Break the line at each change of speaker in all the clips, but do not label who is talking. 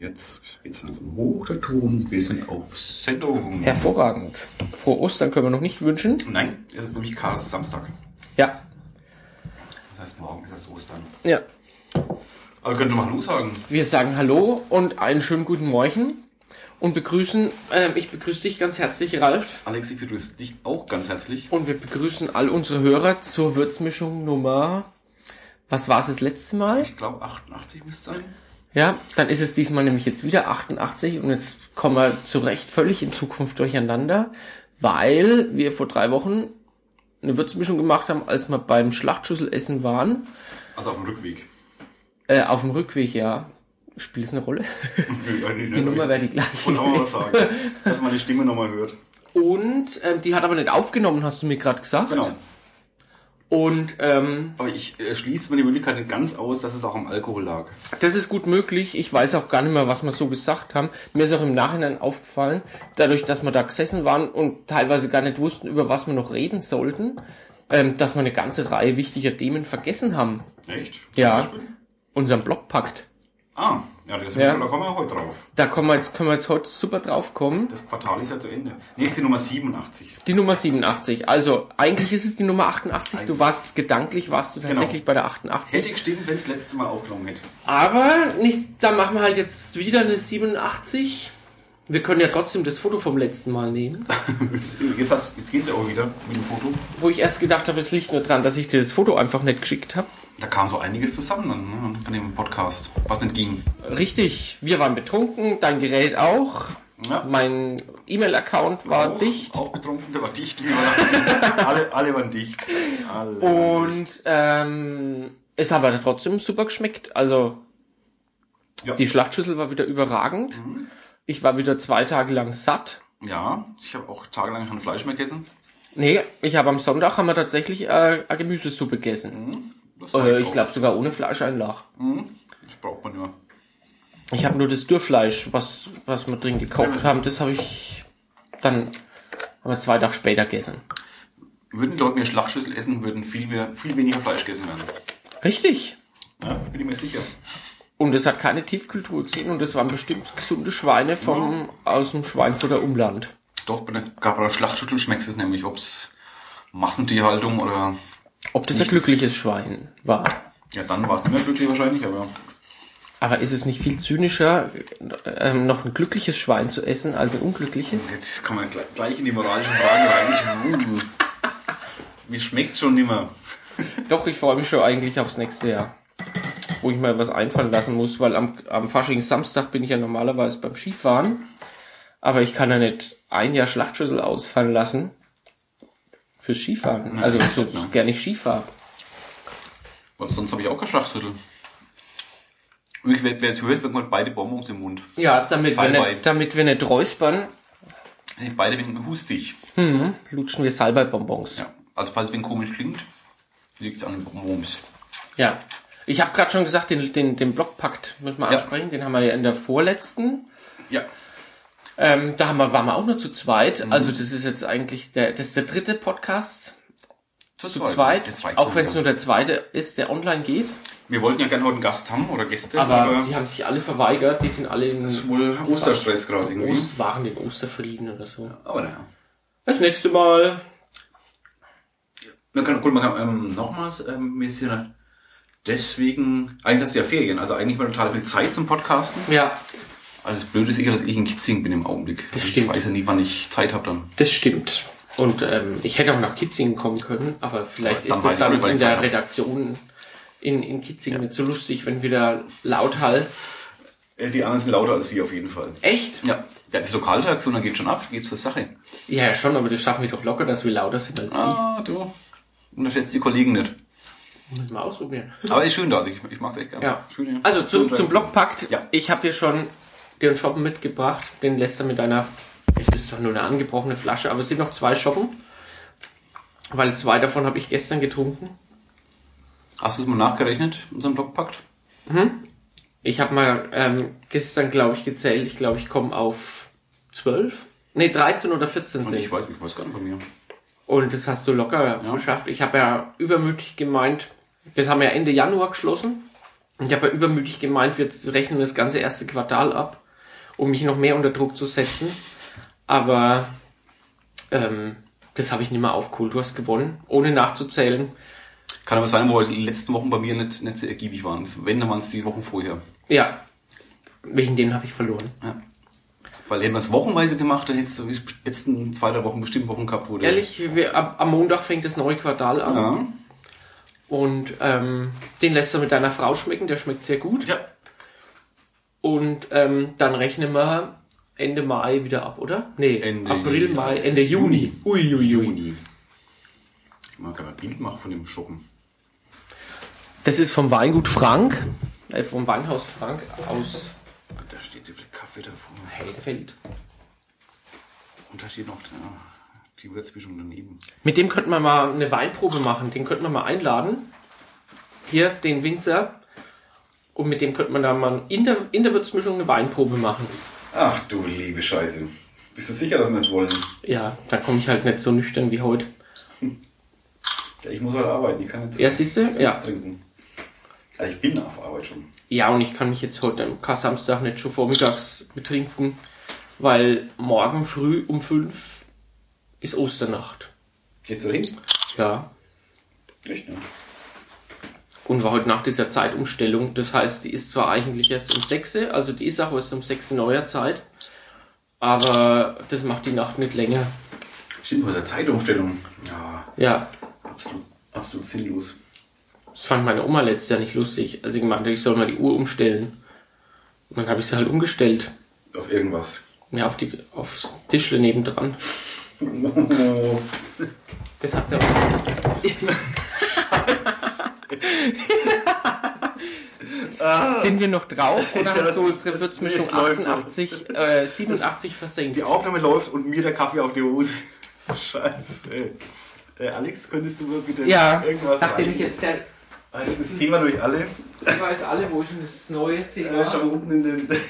Jetzt geht's langsam hoch, der Ton. Wir sind auf Sendung.
Hervorragend. Frohe Ostern können wir noch nicht wünschen.
Nein, es ist nämlich Chaos Samstag.
Ja.
Das heißt, morgen ist erst Ostern.
Ja.
Aber wir können schon mal Hallo sagen.
Wir sagen Hallo und einen schönen guten Morgen und begrüßen, äh, ich begrüße dich ganz herzlich, Ralf.
Alex, ich begrüße dich auch ganz herzlich.
Und wir begrüßen all unsere Hörer zur Würzmischung Nummer. Was war es das letzte Mal?
Ich glaube, 88 müsste sein.
Ja, dann ist es diesmal nämlich jetzt wieder 88 und jetzt kommen wir zu Recht völlig in Zukunft durcheinander, weil wir vor drei Wochen eine Würzmischung gemacht haben, als wir beim Schlachtschüsselessen waren.
Also auf dem Rückweg.
Äh, auf dem Rückweg, ja. Spielt es eine Rolle?
äh,
Die Nummer wäre die gleiche.
Und auch mal was
gewesen.
sagen, dass man die Stimme nochmal hört.
Und ähm, die hat aber nicht aufgenommen, hast du mir gerade gesagt.
Genau.
Und ähm,
Aber ich äh, schließe mir die Möglichkeit nicht ganz aus, dass es auch am Alkohol lag.
das ist gut möglich. Ich weiß auch gar nicht mehr, was wir so gesagt haben. Mir ist auch im Nachhinein aufgefallen, dadurch, dass wir da gesessen waren und teilweise gar nicht wussten, über was wir noch reden sollten, ähm, dass wir eine ganze Reihe wichtiger Themen vergessen haben.
Echt? Zum
Ja.
Beispiel?
Unseren Blogpakt.
Ah, ja, das
Ja.
da kommen wir heute drauf.
Da kommen wir jetzt, können wir jetzt heute super drauf kommen.
Das Quartal ist ja zu Ende. Nee, ist die Nummer 87.
Die Nummer 87. Also eigentlich ist es die Nummer 88. Du warst gedanklich, warst du tatsächlich bei der 88.
Genau. Hätte ich gestimmt, wenn es letztes Mal aufgenommen hätte.
Aber nicht, dann machen wir halt jetzt wieder eine 87. Wir können ja trotzdem das Foto vom letzten Mal nehmen,
Jetzt, hast- jetzt geht's ja auch wieder mit dem Foto.
wo ich erst gedacht habe, es liegt nur dran, dass ich dir das Foto einfach nicht geschickt habe.
Da kam so einiges zusammen dann, ne, von dem Podcast, was nicht ging.
Richtig, wir waren betrunken, dein Gerät auch,
Ja. Oh.
mein E-Mail-Account war
auch,
dicht
Auch betrunken, der war dicht. wie man sagt. alle, alle waren dicht. Alle waren dicht.
und ähm, es hat aber trotzdem super geschmeckt. Also
Ja.
die Schlachtschüssel war wieder überragend. Ich war wieder zwei Tage lang satt.
ja, ich habe auch tagelang kein Fleisch mehr gegessen.
Nee, ich habe am Sonntag haben wir tatsächlich äh, eine Gemüsesuppe gegessen.
Das
Äh,
reicht
ich
auch.
glaube sogar ohne Fleischeinlag.
Das braucht man immer.
Ich habe nur das Dürrfleisch, was, was wir drin gekocht haben, das habe ich dann aber zwei Tage später gegessen.
Würden die Leute mehr Schlachtschüssel essen, würden viel, mehr, viel weniger Fleisch gegessen werden.
Richtig.
Ja, bin ich mir sicher.
Und es hat keine Tiefkultur gesehen und das waren bestimmt gesunde Schweine vom, aus dem Schweinfurter Umland.
Doch, bei der, gerade bei der Schlachtschüssel schmeckst du es nämlich, ob's Massentierhaltung oder...
Ob das ein glückliches Schwein war.
Ja, dann war es nicht mehr glücklich wahrscheinlich, aber...
Aber ist es nicht viel zynischer, ähm, noch ein glückliches Schwein zu essen als ein unglückliches?
Jetzt kann man gleich- gleich in die moralischen Fragen rein. Ich, mir schmeckt schon nimmer.
Doch, ich freue mich schon eigentlich aufs nächste Jahr. Wo ich mal was einfallen lassen muss, weil am, am Faschings-Samstag bin ich ja normalerweise beim Skifahren. Aber ich kann ja nicht ein Jahr Schlachtschüssel ausfallen lassen. Fürs Skifahren. Also so, so gerne ich Skifahre.
Was, sonst habe ich auch kein Schlagschüttel. Ich werde wer zuhört, bekommt beide Bonbons im Mund.
Ja, damit wir,
Salbei.
nicht, damit wir nicht räuspern,
Wenn ich Beide wegen hustig.
lutschen wir Salbei-Bonbons. Ja.
Ja. Also falls wen komisch klingt, liegt an den Bonbons.
Ich habe gerade schon gesagt, den, den, den Blockpakt müssen wir
Ja.
ansprechen. Den haben wir ja in der vorletzten
Ja.
Ähm, da haben wir, waren wir auch nur zu zweit.
Mhm.
Also das ist jetzt eigentlich der, das ist der dritte Podcast
Zu,
zu zweit.
Das reicht
Auch wenn es
schon
nur der zweite ist, der online geht.
Wir wollten ja gerne heute einen Gast haben oder Gäste,
Aber die haben sich alle verweigert. Die sind alle in
ist wohl Osterstress gerade irgendwie.
Ost, waren in Osterfrieden oder so.
Aber naja.
Das nächste Mal.
Man kann, gut, man kann ähm, nochmals ähm, ein bisschen deswegen, eigentlich hast du ja Ferien, also eigentlich war total viel Zeit zum Podcasten.
Ja,
Also das Blöde ist eher, dass ich in Kitzing bin im Augenblick.
Das
Also
stimmt.
Ich weiß ja nie, wann ich Zeit habe dann.
das stimmt. Und ähm, ich hätte auch nach Kitzingen kommen können, aber vielleicht
Aber dann weiß
ist das
ich
dann
auch nicht, weil
in
ich Zeit
der
hab.
Redaktion in, in Kitzingen nicht so lustig, wenn wieder lauthals.
Äh, Die anderen sind lauter als wir auf jeden Fall.
Echt?
Ja, das ist Lokalredaktion, da geht schon ab, geht zur Sache.
Ja, schon, aber das schaffen wir doch locker, dass wir lauter sind als sie.
Ah, du. Unterschätzt die Kollegen nicht.
Müssen wir ausprobieren.
Aber ist schön da, also ich, ich mag's echt gerne.
Hm. Ja.
Schön,
Also
Schön
zum,
da
zum
jetzt.
Blockpakt.
Ja.
Ich habe hier schon den Shoppen mitgebracht. Den lässt er mit einer, es ist doch nur eine angebrochene Flasche, aber es sind noch zwei Shoppen. Weil zwei davon habe ich gestern getrunken.
Hast du es mal nachgerechnet, unseren Blockpakt?
Ich habe mal ähm, gestern, glaube ich, gezählt. Ich glaube, ich komme auf 12. Ne, 13 oder 14
Und
sind
ich weiß, ich weiß gar nicht bei mir.
Und das hast du locker geschafft. Ich habe ja übermütig gemeint, das haben wir ja Ende Januar geschlossen. Ich habe ja übermütig gemeint, wir rechnen das ganze erste Quartal ab, um mich noch mehr unter Druck zu setzen. Aber ähm, das habe ich nicht mehr aufgeholt. Du hast gewonnen, ohne nachzuzählen.
Kann aber sein, wo halt die letzten Wochen bei mir nicht, nicht sehr ergiebig waren. Wenn, dann waren es die Wochen vorher.
Ja, wegen denen habe ich verloren.
Weil hätten wir es wochenweise gemacht, dann hättest du die letzten zwei, drei Wochen bestimmt Wochen gehabt, wo du-
Ehrlich, wir, ab, am Montag fängt das neue Quartal an.
Ja.
Und ähm, den lässt du mit deiner Frau schmecken, der schmeckt sehr gut.
ja.
Und ähm, dann rechnen wir Ende Mai wieder ab, oder? Nee,
Ende
April,
Juni.
Mai, Ende Juni. Uiuiui.
Juni. Ich mag aber ein Bild machen von dem Schuppen.
Das ist vom Weingut Frank, äh, vom Weinhaus Frank aus
Da steht so viel Kaffee davor.
Heidefeld.
Und da steht noch der, die Würzmischung daneben.
Mit dem könnten wir mal eine Weinprobe machen. Den könnten wir mal einladen. Hier, den Winzer. Und mit dem könnte man dann mal in der, in der Würzmischung eine Weinprobe machen.
Ach du liebe Scheiße. Bist du sicher, dass wir das wollen?
Ja, da komme ich halt nicht so nüchtern wie heute.
Ja, ich muss heute arbeiten, ich kann jetzt
Ja, siehst du?
nichts
Ja.
trinken. Also ich bin auf Arbeit schon.
Ja, und ich kann mich jetzt heute am Samstag nicht schon vormittags betrinken, weil morgen früh um fünf ist Osternacht.
Gehst du da hin?
Ja.
Nicht, ne?
Und war heute nach dieser Zeitumstellung, das heißt, die ist zwar eigentlich erst um 6, also die ist auch erst um 6 neuer Zeit, aber das macht die Nacht nicht länger.
Stimmt, bei der Zeitumstellung. Ja,
Ja,
absolut, absolut sinnlos.
das fand meine Oma letztes Jahr nicht lustig, als sie gemeint hat, ich soll mal die Uhr umstellen. Und dann habe ich sie halt umgestellt,
Auf irgendwas.
mir auf die, aufs Tischle nebendran. Das hat der Sind wir noch drauf oder
Ja,
hast du
das-
unsere
das-
Würzmischung
das läuft noch.
88, äh, 87 versenkt?
Die Aufnahme läuft und mir der Kaffee auf die Hose. Scheiße. Äh, Alex, könntest du mal bitte
Ja,
irgendwas
nachdem ich
rein-
jetzt gleich
Also das Thema durch alle.
Ich weiß alle, wo ich denn das neue Ziel
Äh, schon unten in den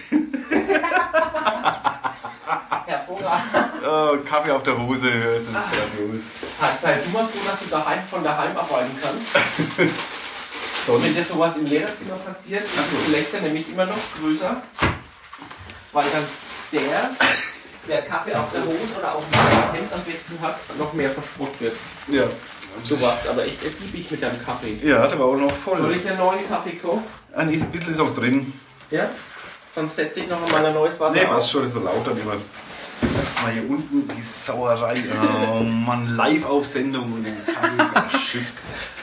Hervorragend.
äh, Kaffee auf der Hose. Das
Ah.
ist grandios.
Hast halt immer froh, dass du daheim von daheim arbeiten kannst. Wenn
Sonst
dir sowas im Lehrerzimmer passiert, ist
Ach so.
das Gelächter nämlich immer noch größer. Weil dann der, der Kaffee auf der Hose oder auf dem Hemd am besten hat, noch mehr verschwunden wird.
Ja.
Du warst aber echt ergiebig mit deinem Kaffee.
Ja, der war auch noch
Soll
voll.
ich einen neuen Kaffee kochen?
Ah, nee, ein bisschen ist auch drin.
Ja? Sonst setze ich noch mal ein neues Wasser
Nee,
auf.
passt schon, ist so laut dann immer. Erstmal hier unten die Sauerei. Oh Mann, live auf Sendung und den Kaffee. Ah, Shit.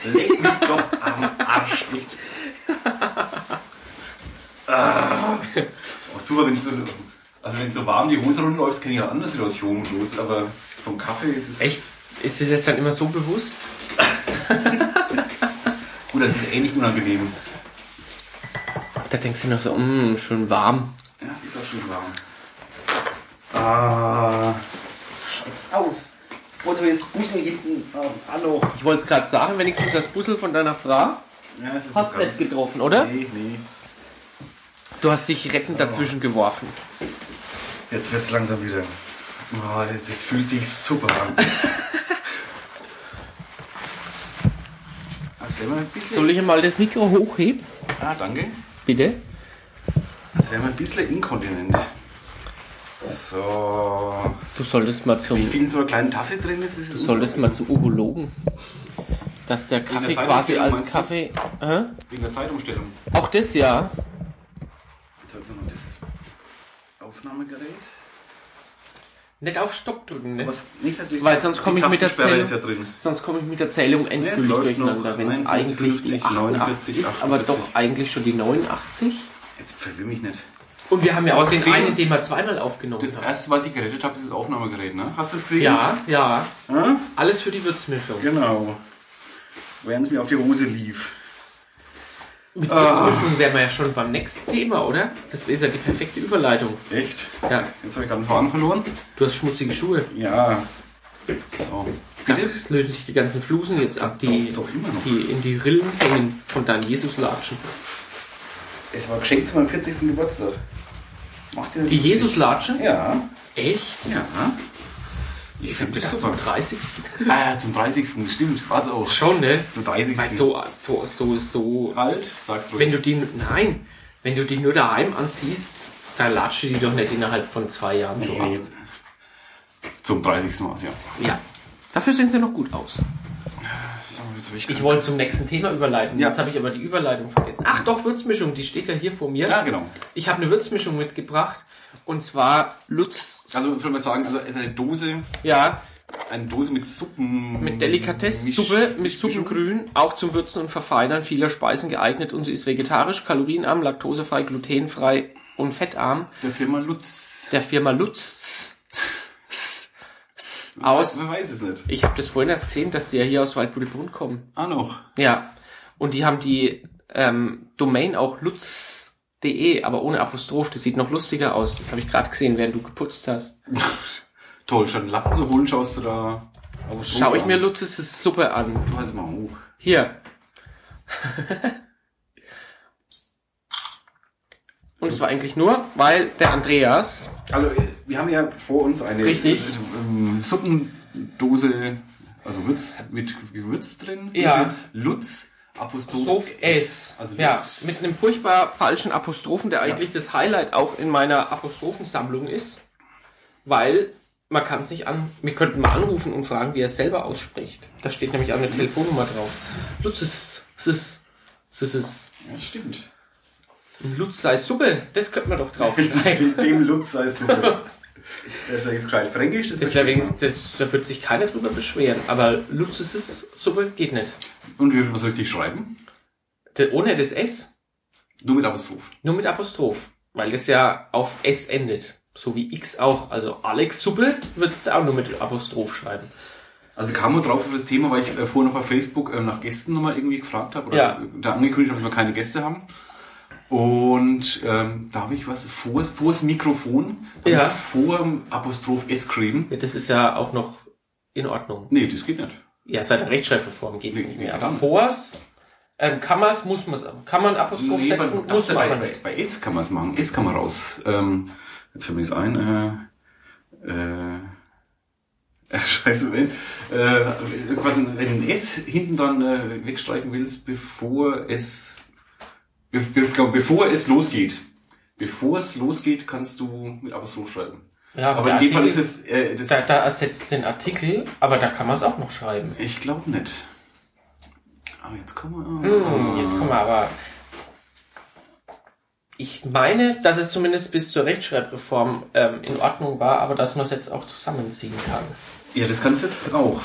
Leck mich doch am Arsch, echt. Ah. Oh, super, wenn es so, also wenn so warm die Hose runterläuft, kenne ich ja andere Situationen bloß, aber vom Kaffee ist es.
Echt? Ist das jetzt dann immer so bewusst?
Gut, das ist ähnlich unangenehm.
Da denkst du noch so, mh, schön warm.
Ja, es ist auch schon warm. Ah. Scheiß aus. Wollte jetzt Bussen hinten. Oh, hallo.
Ich wollte es gerade sagen, wenigstens das Puzzle von deiner Frau.
Ja, es ist
Hast
so
nicht
ganz-
getroffen, oder?
Nee, nee.
Du hast dich rettend dazwischen geworfen.
Jetzt wird's langsam wieder. Oh, das, das fühlt sich super an. Als wäre man ein bisschen.
Soll ich mal das Mikro hochheben?
Ah, danke.
Bitte?
Als wäre man ein bisschen inkontinent. So.
Du solltest mal
Wie
zum,
viel in so einer kleinen Tasse drin ist, ist
du solltest mal zu Urologen. Dass der Kaffee
Zeitung
quasi
sehen,
als
meinst du?
Kaffee. Hä?
wegen der Zeitumstellung.
Auch das ja.
Jetzt hat sie noch das Aufnahmegerät.
Nicht auf Stopp drücken, ne?
Was nicht hat die-
Weil sonst
die
komme ich mit der
Tastensperre
Zählung.
ist ja drin.
Sonst komme ich mit der Zählung endgültig
läuft
durcheinander,
noch.
wenn es
51,
eigentlich die 88 ist,
48.
aber doch eigentlich schon die 89.
Jetzt verwirr mich nicht.
Und wir haben ja
Aber
auch
Sie
den
sehen-
einen, den wir zweimal aufgenommen
Das
haben.
erste, was ich gerettet habe, ist das Aufnahmegerät, ne? Hast du es gesehen?
Ja, ja.
Hm?
Alles für die Würzmischung.
Genau. Während es mir auf die Hose lief.
Mit Würzmischung wären wir ja schon beim nächsten Thema, oder? Das ist ja die perfekte Überleitung.
Echt?
Ja.
Jetzt habe ich gerade den Faden verloren.
Du hast schmutzige Schuhe.
Ja. So.
Da
Bitte?
lösen sich die ganzen Flusen jetzt ab, die,
tropft's auch immer noch.
die in die Rillen hängen von deinen Jesuslatschen.
Es war geschenkt zu meinem 40. Geburtstag. Macht ihr
Die Jesuslatschen?
Ja.
Echt?
Ja.
Ich finde bis
Ja,
zum
zum-
30.
Ah, zum 30. Stimmt, warte auch.
Schon, ne?
Zum 30.
Weil so, so, so, so.
Halt, sagst du.
Wenn du die, nein, wenn du die nur daheim anziehst, dann latscht du die doch nicht innerhalb von zwei Jahren so ab.
Zum 30. Mal, ja.
Ja. Dafür sehen sie noch gut aus.
So, jetzt hab ich
Ich wollte zum nächsten Thema überleiten.
Ja.
Jetzt habe ich aber die Überleitung vergessen. Ach doch, Würzmischung, die steht ja hier vor mir.
Ja, genau.
Ich habe eine Würzmischung mitgebracht. Und zwar Lutz.
Also ich würde mal sagen, also es ist eine Dose,
ja,
eine Dose mit Suppen.
mit Delikatesse,
Misch-
Suppe, mit
Mischmischung.
Suppengrün, auch zum Würzen und Verfeinern vieler Speisen geeignet und sie ist vegetarisch, kalorienarm, laktosefrei, glutenfrei und fettarm.
Der Firma Lutz.
Der Firma Lutz aus.
Man weiß es nicht.
Ich habe das vorhin erst gesehen, dass die ja hier aus Waldbüttelbrunn kommen.
Ah, noch.
Ja. Und die haben die ähm, Domain auch lutz.de, aber ohne Apostroph. Das sieht noch lustiger aus. Das habe ich gerade gesehen, während du geputzt hast.
Toll, schon einen Lappen zu holen, schaust du da. Aber
Schau ich mir Lutzes Suppe an.
Du halt mal hoch.
Hier. Und es war eigentlich nur, weil der Andreas,
Also, äh, wir haben ja vor uns eine
Richtig.
ähm, Suppendose, also Würz, mit Gewürz drin.
Ja.
Lutz, Apostroph
Apostroph S.
Also
ja,
Lutz.
mit einem furchtbar falschen Apostrophen, der eigentlich das Highlight auch in meiner Apostrophensammlung ist, weil man kann es nicht an. Wir könnten mal anrufen und fragen, wie er es selber ausspricht. Da steht nämlich auch eine Telefonnummer drauf. Lutz ist, es ist, es ist, es
Ja, stimmt.
ist. Lutz sei Suppe, das könnten wir doch drauf
Dem,
schreiben.
dem Lutz sei Suppe. Das wäre jetzt gerade fränkisch.
Das wäre wenigstens, das- da wird sich keiner drüber beschweren, aber Lutz ist es, Suppe geht nicht.
Und wie würde man es richtig schreiben?
Der- Ohne das S,
Nur mit Apostroph.
Nur mit Apostroph, weil das ja auf S endet. So wie X auch. Also Alex Suppe würdest du auch nur mit Apostroph schreiben.
Also wir kamen drauf auf das Thema, weil ich äh, vorhin noch auf Facebook äh, nach Gästen nochmal irgendwie gefragt habe oder
Ja.
da angekündigt habe, dass wir keine Gäste haben. Und ähm, da habe ich was vor, vor das Mikrofon, hab
Ja.
ich vor dem Apostroph S geschrieben.
Ja, das ist ja auch noch in Ordnung.
Nee, das geht nicht.
Ja, seit der Rechtschreibreform geht's
Nee,
nicht
nee,
mehr.
gar
Aber
nicht.
vors, ähm, kann man's, muss man's. Kann man Apostroph
Nee,
setzen,
man darf
muss
ja
man
bei,
aber
bei,
nicht.
bei S kann man es machen. S kann man raus. Ähm, jetzt fällt mir das ein. Äh, äh, äh, scheiße, wenn, äh, quasi, wenn ein S hinten dann äh, wegstreichen willst, bevor es be, be, genau, bevor es losgeht. Bevor es losgeht, kannst du mit Apostroph schreiben.
Ja,
Aber
der
in dem Fall ist
Artikel-
es äh, das.
Da, da ersetzt den Artikel, aber da kann man es auch noch schreiben.
Ich glaube nicht. Aber jetzt kommen wir. ah,
Hm, jetzt kommen wir aber. Ich meine, dass es zumindest bis zur Rechtschreibreform ähm, in Ordnung war, aber dass man es jetzt auch zusammenziehen kann.
Ja, das kannst du jetzt auch.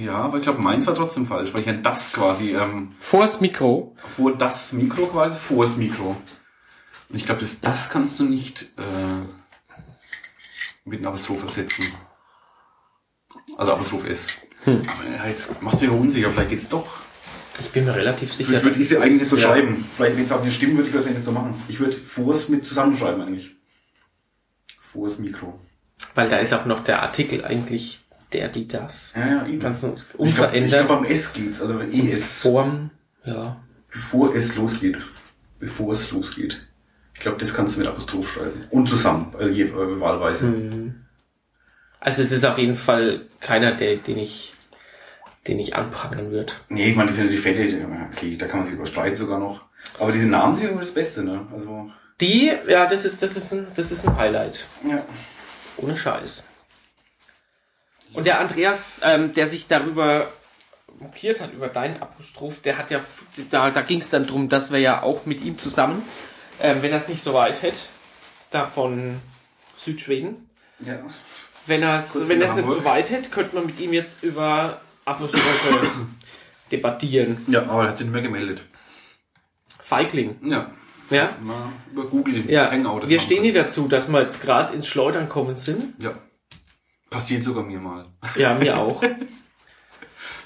Ja, aber ich glaube, meins war trotzdem falsch, weil ich ja das quasi, ähm,
Vors Mikro.
vor das Mikro quasi, vor das Mikro. Und ich glaube, das, das kannst du nicht äh, mit einem Apostroph ersetzen. Also Apostroph S. Aber ja, jetzt machst du mich aber unsicher, vielleicht geht's doch.
Ich bin mir relativ sicher.
Das würde ich sie eigentlich nicht so
Ja.
schreiben. Vielleicht, wenn es auf den Stimmen würde ich das nicht so machen. Ich würde vors mit zusammenschreiben eigentlich. Vors Mikro.
Weil da ist auch noch der Artikel eigentlich der, die das.
Ja, ja, eben.
Ganz
Ich
unverändert.
glaube, am S geht's, also beim ES.
Form, ja.
Bevor es losgeht. Bevor es losgeht. Ich glaube, das kannst du mit Apostroph schreiben. Und zusammen, äh, je- äh, wahlweise.
Hm. Also es ist auf jeden Fall keiner, der, den ich, den ich anprangern würde.
Nee, ich meine, das sind ja die Fälle, die- ja, okay, da kann man sich überstreiten sogar noch. Aber diese Namen sind immer das Beste, ne? Also,
Die, ja, das ist, das ist ein, das ist ein Highlight.
ja.
Ohne Scheiß. Und der Andreas, ähm, der sich darüber mokiert hat, über deinen Apostroph, der hat ja, da, da ging es dann drum, dass wir ja auch mit ihm zusammen, ähm, wenn er es nicht so weit hätte, da von Südschweden,
ja.
wenn er es
Kurz
wenn
nach
er's nicht so
Hamburg.
weit hätte, könnte man mit ihm jetzt über Apostrophe debattieren.
Ja, aber er hat sich nicht mehr gemeldet.
Feigling,
Ja.
ja?
Mal über Google
Ja,
Hangout. das
wir
machen
stehen hier
können.
dazu, dass wir jetzt gerade ins Schleudern kommen sind.
Ja. Passiert sogar mir mal.
Ja, mir auch.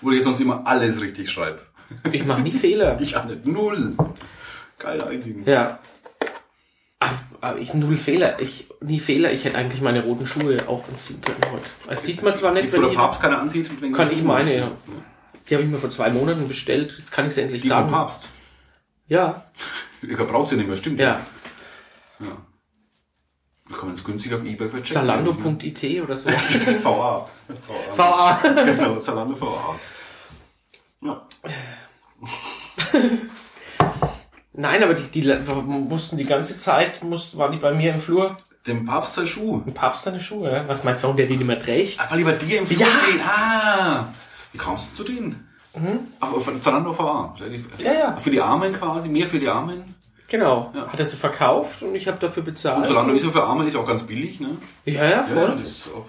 Wo ich sonst immer alles richtig schreibe.
Ich mache nie Fehler.
Ich habe nicht null. Keine einzigen.
Ja. Ach, aber ich null Fehler. Ich nie Fehler. Ich hätte eigentlich meine roten Schuhe auch anziehen können heute. Das sieht man zwar nicht,
Jetzt, wo
wenn
der
ich,
Papst keiner anzieht. und denkt,
Kann
das
ich
ist
meine,
cool.
ja. die habe ich mir vor zwei Monaten bestellt. Jetzt kann ich sie endlich
Die vom
tragen.
Papst.
Ja,
Ihr braucht sie nicht mehr, stimmt.
ja.
Wir können es günstig auf eBay verchecken.
Zalando.it oder so.
VA.
VA.
Genau, Zalando VA. Ja.
Nein, aber die, die mussten die ganze Zeit, mussten, waren die bei mir im Flur.
Dem Papst der Schuh. Ah,
Ein Papst seine Schuhe. ja? Was meinst du, warum der die nicht mehr trägt?
Einfach lieber dir im Flur
Ja.
stehen. Ah. Wie kamst du zu denen? Aber von Zalando VA.
Mhm. Ja, ja.
Für die Armen quasi, mehr für die Armen.
Genau. Hat er sie verkauft und ich habe dafür bezahlt.
Und Zalando ist ja für Arme, ist ja auch ganz billig, ne?
ja, ja, voll.
das ist auch.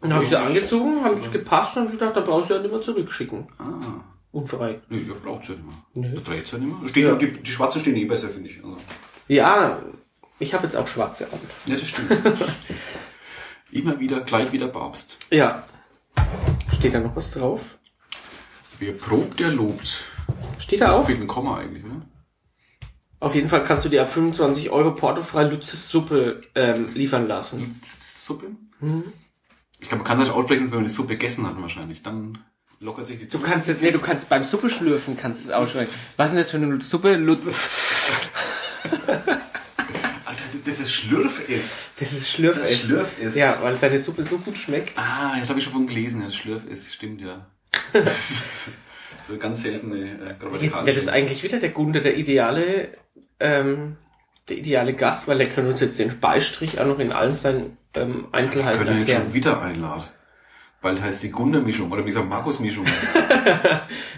dann habe ich sie angezogen, habe ich gepasst und hab gedacht, da brauchst du ja nicht mehr zurückschicken.
Ah.
Unfrei.
Nee, ich braucht's ja nicht mehr.
Nee.
Da dreht's ja nicht mehr. Stehen,
Ja.
die, die Schwarzen stehen eh besser, finde ich. Also.
Ja, ich habe jetzt auch schwarze an.
Ja, das stimmt. Immer wieder, gleich wieder Papst.
Ja. Steht da noch was drauf?
Wer probt, der lobt.
Steht da auch?
Fehlt ein Komma eigentlich, ne?
Mhm. Auf jeden Fall kannst du dir ab 25 Euro portofrei Lutzes Suppe ähm, liefern lassen.
Suppe?
Mhm.
Ich glaube, man kann das ausbrechen, wenn man die Suppe gegessen hat wahrscheinlich. Dann lockert sich die
Du
Zunge.
kannst es, nee, du kannst beim Suppe schlürfen, kannst es ausschmecken. Was ist denn das für eine Suppe? Lutz.
Alter, das, das ist Schlürf ist.
Das ist Schlürf.
Das
ist.
Schlürf ist.
Ja, weil seine Suppe so gut schmeckt.
Ah, das habe ich schon von gelesen, ja, das Schlürf ist. Stimmt, ja. Das ist so eine ganz seltene äh,
Jetzt wäre das eigentlich wieder der Gunde, der ideale, ähm, der ideale Gast, weil der kann uns jetzt den Beistrich auch noch in allen seinen ähm, Einzelheiten
können ihn schon
erklären.
wieder einladen. Bald heißt die Gundermischung oder wie gesagt Markus-Mischung.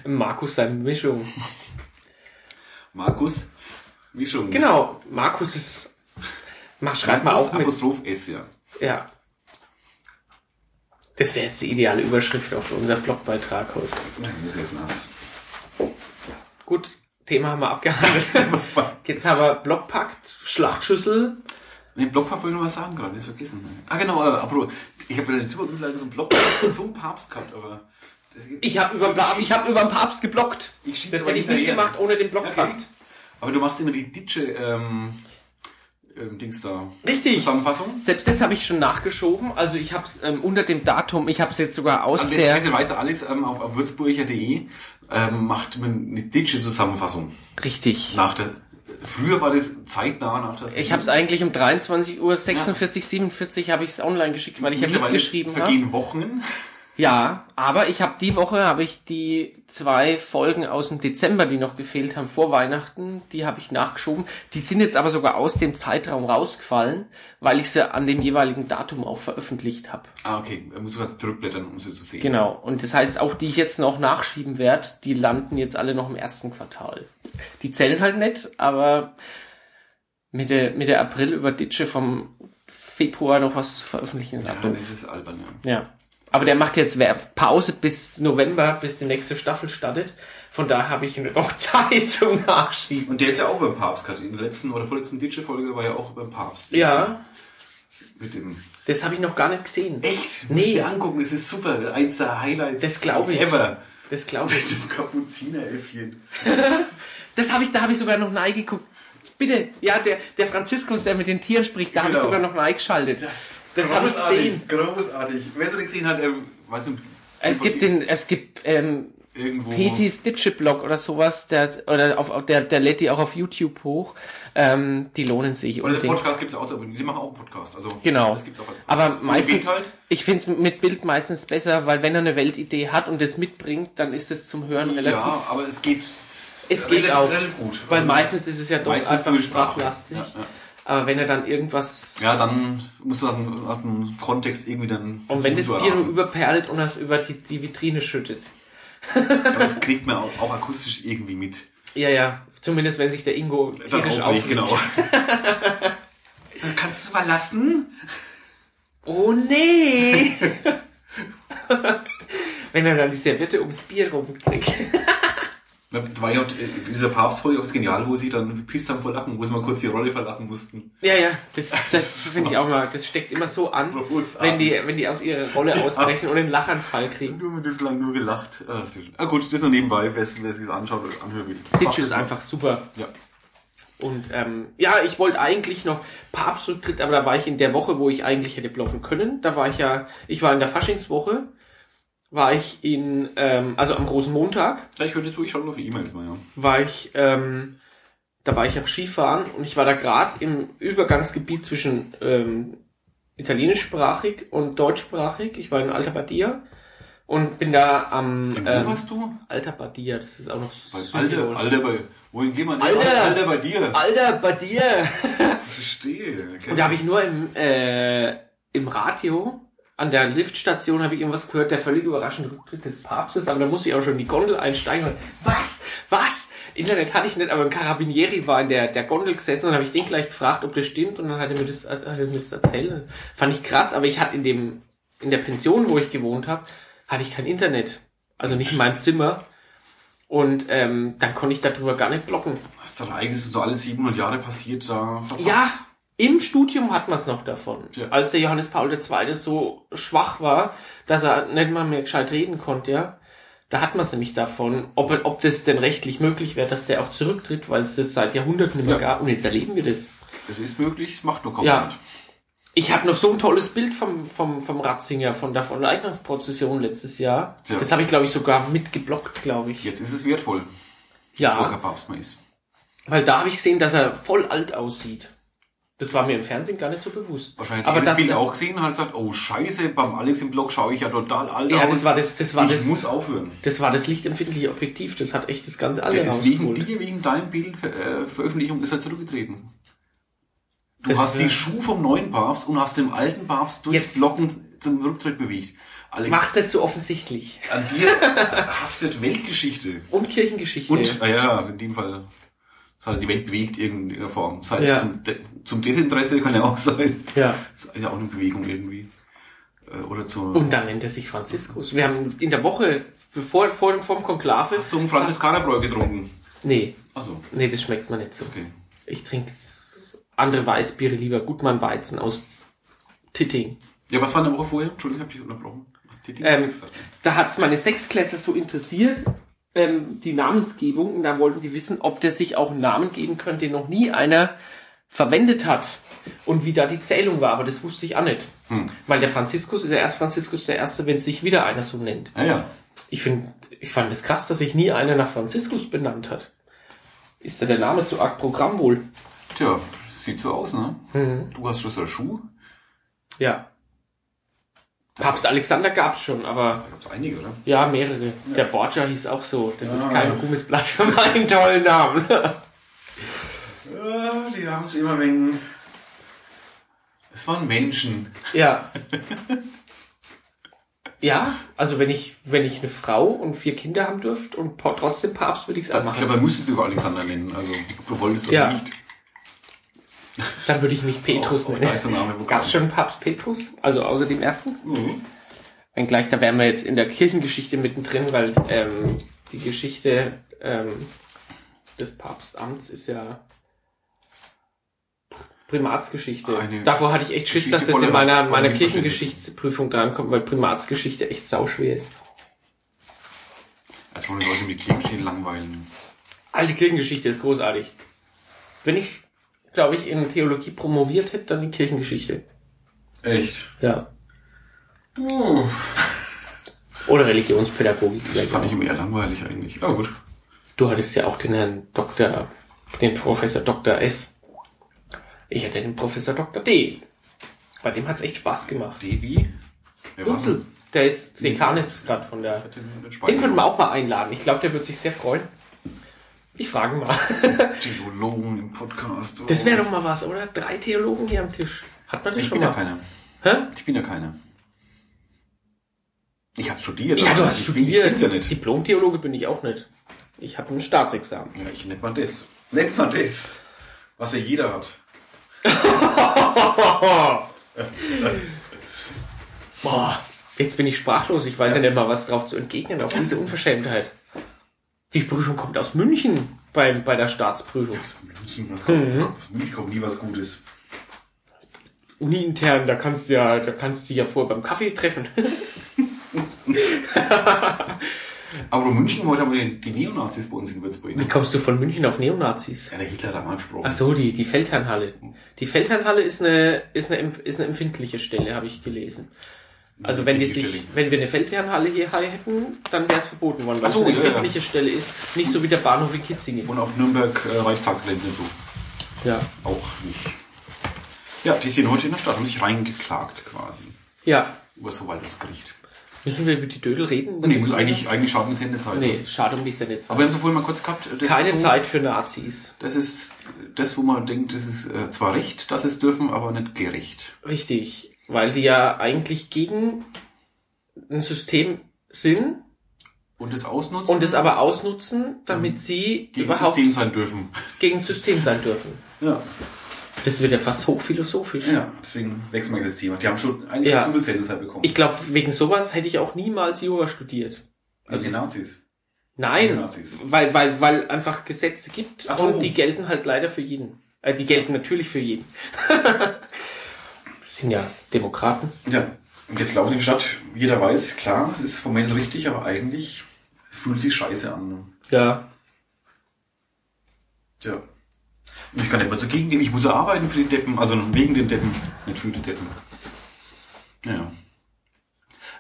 Markus seine Mischung.
Markus-Mischung.
Genau, Markus ist. Mach, schreib mal
Markus
auf mit.
Apostroph S, ja.
Ja. Das wäre jetzt die ideale Überschrift auf unseren Blogbeitrag heute.
Nein, das ist nass.
Gut, Thema haben wir abgehandelt. Jetzt haben wir Blockpakt, Schlachtschüssel.
Nee, Blockpapst wollte ich noch was sagen gerade, ist vergessen. Ah genau, äh, apropos, ich habe wieder eine super Grundlage zum Blockpapst, zum Papst gehabt, aber das,
Ich habe über, ich hab über den Papst geblockt.
Ich schieb's
das
aber
hätte ich
nicht
nicht
daher.
gemacht ohne den
Ja,
Blockpakt.
geht. Aber du machst immer die Ditsche ähm, ähm, Dings da.
Richtig.
Zusammenfassung?
Selbst das habe ich schon nachgeschoben. Also ich habe es ähm, unter dem Datum, ich habe es jetzt sogar aus
Am
der...
besten weiße Alex ähm, auf, auf würzburger.de ähm, macht man eine Ditsche Zusammenfassung.
Richtig.
Nach der früher war das zeitnah nach der
Ich habe es eigentlich um 23 Uhr 46, 47 habe ich es online geschickt, weil ich ja
Mittlerweile
mitgeschrieben ne? habe.
Vergehen Wochen.
Ja, aber ich habe die Woche habe ich die zwei Folgen aus dem Dezember, die noch gefehlt haben vor Weihnachten, die habe ich nachgeschoben. Die sind jetzt aber sogar aus dem Zeitraum rausgefallen, weil ich sie an dem jeweiligen Datum auch veröffentlicht habe.
Ah, okay. Da muss ich gerade zurückblättern, um sie zu sehen.
Genau. Und das heißt, auch die ich jetzt noch nachschieben werde, die landen jetzt alle noch im ersten Quartal. Die zählen halt nicht, aber mit der, mit der April über Ditsche vom Februar noch was zu veröffentlichen ist
Ja,
abdoof.
das ist albern, ja.
Ja. Aber der macht jetzt Wer- Pause bis November, bis die nächste Staffel startet. Von daher habe ich noch Zeit zum Nachschieben.
Und der ist ja auch beim Papst gerade. In der letzten oder vorletzten Ditsche-Folge war ja auch beim Papst.
Ja,
Mit dem.
das habe ich noch gar nicht gesehen.
Echt?
Nee.
Musst dir angucken, das ist super. Eins der Highlights.
Das glaub ich.
Ever.
Das glaube
Mit
ich.
dem Kapuzineräffchen.
Das habe ich, da habe ich sogar noch nahe geguckt. Bitte, ja, der, der Franziskus, der mit den Tieren spricht, da habe ich
Genau.
sogar noch nahe geschaltet. Das habe ich
Großartig,
gesehen.
Großartig. Wer es nicht gesehen hat, ähm, weiß nicht.
Es gibt den, es gibt, ähm,
Irgendwo.
Petis Ditche-Blog oder sowas, der, oder auf, auf der, der lädt die auch auf YouTube hoch. Ähm, die lohnen sich
Oder den
unbedingt.
Podcast gibt es auch zu abonnieren. Die machen auch einen Podcast. Also,
Genau.
Das gibt's auch als Podcast.
Aber
Und
meistens,
Bild halt.
ich finde es mit Bild meistens besser, weil wenn er eine Weltidee hat und das mitbringt, dann ist es zum Hören relativ.
Ja, aber es geht.
es geht
relativ-
auch.
Relativ gut. Also,
Weil meistens ist es ja doch
meistens
einfach
nur die Sprache.
sprachlastig.
Ja, ja.
Aber wenn er dann irgendwas.
Ja, dann musst du aus dem, aus dem Kontext irgendwie dann.
und wenn
versuchen
das
zu
Bier nur
erraten.
überperlt und das über die, die Vitrine schüttet.
Aber das kriegt man auch, auch akustisch irgendwie mit.
Ja, ja. Zumindest wenn sich der Ingo
Dann
tierisch
auch nicht,
aufregt.
genau. Kannst du es mal lassen?
Oh nee! wenn er dann die Serviette ums Bier rumkriegt.
Na, da war ja auch, äh, dieser Papstfolge auch genial, wo sie dann pisst haben vor Lachen, wo sie mal kurz die Rolle verlassen mussten.
Ja, ja, das, das finde ich auch mal. Das steckt immer so an,
Großartig.
wenn die, wenn die aus ihrer Rolle ausbrechen und einen Lachanfall kriegen.
Nur mit lang nur gelacht. Ah, das ist- ah, gut, das nur nebenbei, wer es wer es anschaut oder anhören will.
Ditch ist einfach super.
Ja.
Und ähm, ja, ich wollte eigentlich noch Papstrücktritt, aber da war ich in der Woche, wo ich eigentlich hätte blocken können. Da war ich ja, ich war in der Faschingswoche, war ich in, ähm, also am Großen Montag,
Ja, Ich höre dir zu, ich schaue nur auf E-Mails mal, ja.
war ich ähm, da war ich ja Skifahren und ich war da gerade im Übergangsgebiet zwischen ähm, italienischsprachig und deutschsprachig. Ich war in Alta Badia und bin da am
Und wo
ähm,
warst du?
Alta Badia, das ist auch noch
Bei
Südtirol.
Alter, Alter, bei, wohin geht man?
Alter!
Alter, Ah. Alter bei dir.
Alta Badia.
Verstehe. Okay.
Und da habe ich nur im, äh, im Radio an der Liftstation habe ich irgendwas gehört, der völlig überraschende Rücktritt des Papstes, aber da musste ich auch schon in die Gondel einsteigen. Und, was? Was? Internet hatte ich nicht, aber ein Carabinieri war in der, der Gondel gesessen und habe ich den gleich gefragt, ob das stimmt und dann hat er mir das, hat er mir das erzählt. Fand ich krass, aber ich hatte in dem, in der Pension, wo ich gewohnt habe, hatte ich kein Internet. Also nicht in meinem Zimmer. Und ähm, dann konnte ich darüber gar nicht blocken.
Das ist doch Ereignis, das ist doch alle 700 Jahre passiert da. verpasst.
Ja, im Studium hat man es noch davon.
Ja.
Als der Johannes Paul II. so schwach war, dass er nicht mal mehr gescheit reden konnte, ja, da hat man es nämlich davon, ob, ob das denn rechtlich möglich wäre, dass der auch zurücktritt, weil es das seit Jahrhunderten nicht
Ja.
mehr gab. Und jetzt erleben wir das.
Es ist möglich, es macht nur kaum
Ja.
jemand.
Ich habe noch so ein tolles Bild vom, vom, vom Ratzinger, von der Verleugnungsprozession letztes Jahr.
Ja.
Das habe ich, glaube ich, sogar mitgeblockt, glaube ich.
Jetzt ist es wertvoll, dass
ja,
Volker Papst mal ist.
weil da habe ich gesehen, dass er voll alt aussieht. Das war mir im Fernsehen gar nicht so bewusst.
Wahrscheinlich
Aber
hat er das
dass
Bild
der-
auch gesehen und hat gesagt, oh scheiße, beim Alex im Blog schaue ich ja total alt
Ja,
aus.
das war das, das war
ich
das.
muss aufhören.
Das war das lichtempfindliche Objektiv, das hat echt das ganze alle
Der ist wegen
rausgeholt.
dir, wegen deinem Bild, äh, Veröffentlichung ist er zurückgetreten. Du
Das
hast
wär-
die Schuhe vom neuen Papst und hast den alten Papst durchs
Jetzt-
Blocken zum Rücktritt bewegt. Alex,
Mach's nicht so offensichtlich.
an dir haftet Weltgeschichte.
Und Kirchengeschichte.
Und, naja, in dem Fall, das hat die Welt bewegt in irgendeiner Form. Das heißt,
Ja.
zum, De zum Desinteresse kann ja auch sein.
ja.
Das ist ja auch eine Bewegung irgendwie. Äh, Oder zur
Und dann nennt er sich Franziskus. Wir haben in der Woche, bevor vor, vor dem Konklave.
Hast du einen Franziskanerbräu getrunken?
Nee,
Achso,
nee, das schmeckt mir nicht so.
okay.
Ich trinke andere Weißbiere lieber, Gutmann Weizen aus Titting.
Ja, was war in der Woche vorher? Entschuldigung, ich habe dich unterbrochen. Was die Dinge
Ähm,
gesagt?
da hat's meine Sechsklässler so interessiert, ähm, die Namensgebung, und da wollten die wissen, ob der sich auch einen Namen geben könnte, den noch nie einer verwendet hat. Und wie da die Zählung war, aber das wusste ich auch nicht.
Hm.
Weil der Franziskus ist ja erst Franziskus der Erste, wenn sich wieder einer so nennt.
Ja, ja.
Ich finde, ich fand es krass, dass sich nie einer nach Franziskus benannt hat. Ist da der Name zu arg Programm wohl?
Tja, sieht so aus, ne?
Mhm.
Du hast Schlüssel Schuh.
Ja. Papst Alexander gab's schon, aber
Da gab's einige, oder?
Ja, mehrere. Der Borgia hieß auch so. Das ist
Ja.
kein gutes Blatt für meinen tollen Namen.
Ja, Äh, die haben es immer wegen. Es waren Menschen.
ja. Ja, also wenn ich, wenn ich eine Frau und vier Kinder haben dürfte und pa- trotzdem Papst, würde ich es
Ich glaube,
anmachen.
man müsste sogar Alexander nennen, also ob du wolltest oder
Ja.
nicht.
Dann würde ich mich Petrus
Auch- auch
nennen.
Oh, da ist der Name bekannt.
Gab es schon einen Papst Petrus? Also außer dem ersten?
Mhm.
Wenn gleich, da wären wir jetzt in der Kirchengeschichte mittendrin, weil ähm, die Geschichte ähm, des Papstamts ist ja Primatsgeschichte.
Eine
Davor hatte ich echt Schiss,
Geschichte
dass das in
voller-
meiner,
voller
meiner
Missverständnis.
Kirchengeschichtsprüfung drankommt, weil Primatsgeschichte echt sauschwer ist.
Als wollen die Leute mit Kirchenstehen langweilen.
Alte Kirchengeschichte ist großartig. Wenn ich, glaube ich, in Theologie promoviert hätte, dann in Kirchengeschichte.
Echt?
Ja.
Uh,
Oder Religionspädagogik
das
vielleicht.
fand
Auch.
ich immer eher langweilig eigentlich. Aber gut.
Du hattest ja auch den Herrn Doktor, den Professor Dr. S. Ich hatte den Professor Dr. D. Bei dem hat's echt Spaß gemacht.
Devi? Wer war's
Unzel,
denn?
der jetzt Dekan ist gerade von der.
Hat den- den
Den könnten wir
Spanier-
auch mal einladen. Ich glaube, der wird sich sehr freuen. Ich frage mal.
Theologen im Podcast. Oh.
Das wäre doch mal was, oder? Drei Theologen hier am Tisch. Hat man das
Ich
schon
bin ja
mal?
keiner.
Hä?
Ich bin ja keiner. Ich habe studiert.
Ja,
aber
du hast
ich
studiert.
Bin, ich bin's ja nicht.
Diplom-Theologe bin ich auch nicht. Ich habe ein Staatsexamen.
Ja, ich nennt man das. Nennt man das. Was ja jeder hat.
Boah, jetzt bin ich sprachlos. Ich weiß ja, nicht mal, was drauf zu entgegnen auf diese Unverschämtheit. Die Prüfung kommt aus München beim, bei der Staatsprüfung.
München, was kommt,
Mhm.
München kommt nie was Gutes.
Uniintern, da kannst du ja, da kannst du dich ja vorher beim Kaffee treffen.
Aber München, heute haben wir den- die Neonazis bei uns in Würzburg.
Wie
Ne?
kommst du von München auf Neonazis?
Ja, der Hitler hat da angesprochen.
Ach so, die, die Feldherrnhalle. Die Feldherrnhalle ist eine, ist eine, em- ist eine empfindliche Stelle, habe ich gelesen. Also wenn die sich,
Stelle.
wenn wir eine Feldherrenhalle hier hätten, dann wäre es verboten worden, weil
Ach so,
es eine
ja, ja.
empfindliche Stelle ist. Nicht so wie der Bahnhof in Kitzingen.
Und auch Nürnberg äh, Reichstagsgelände hinzu.
Ja.
Auch nicht. Ja, die sind heute in der Stadt, haben sich reingeklagt quasi.
Ja.
Über das Verwaltungsgericht.
Müssen wir über die Dödel reden?
Nee, muss eigentlich, eigentlich schaden ist Sendezeit.
Nee, schade um die Sendezeit.
Aber wir haben es vorhin mal kurz gehabt. Das
Keine
ist so,
Zeit für Nazis.
Das ist das, wo man denkt, das ist äh, zwar recht, dass es dürfen, aber nicht gerecht.
Richtig. Weil die ja eigentlich gegen ein System sind
Und das ausnutzen
und es aber ausnutzen, damit sie
Mhm. gegen das
überhaupt
System sein dürfen.
gegen das System sein dürfen.
Ja.
Das wird ja fast hochphilosophisch.
Ja, deswegen wechseln wir das Thema. Die haben schon eigentlich
Ja.
zu viel Sendezeit bekommen.
Ich glaube, wegen sowas hätte ich auch niemals Jura studiert.
also die Nazis. Die
Nein,
Nazis.
weil, weil, weil einfach Gesetze gibt
Ach so.
und die gelten halt leider für jeden. Äh, die gelten natürlich für jeden. Das sind ja Demokraten.
Ja, und jetzt laufen die Stadt. Jeder weiß, klar, es ist formell richtig, aber eigentlich fühlt sich scheiße an.
Ja.
Tja. Und ich kann nicht mal zugegen gehen. Ich muss ja arbeiten für die Deppen. Also wegen den Deppen, nicht für die Deppen. Ja.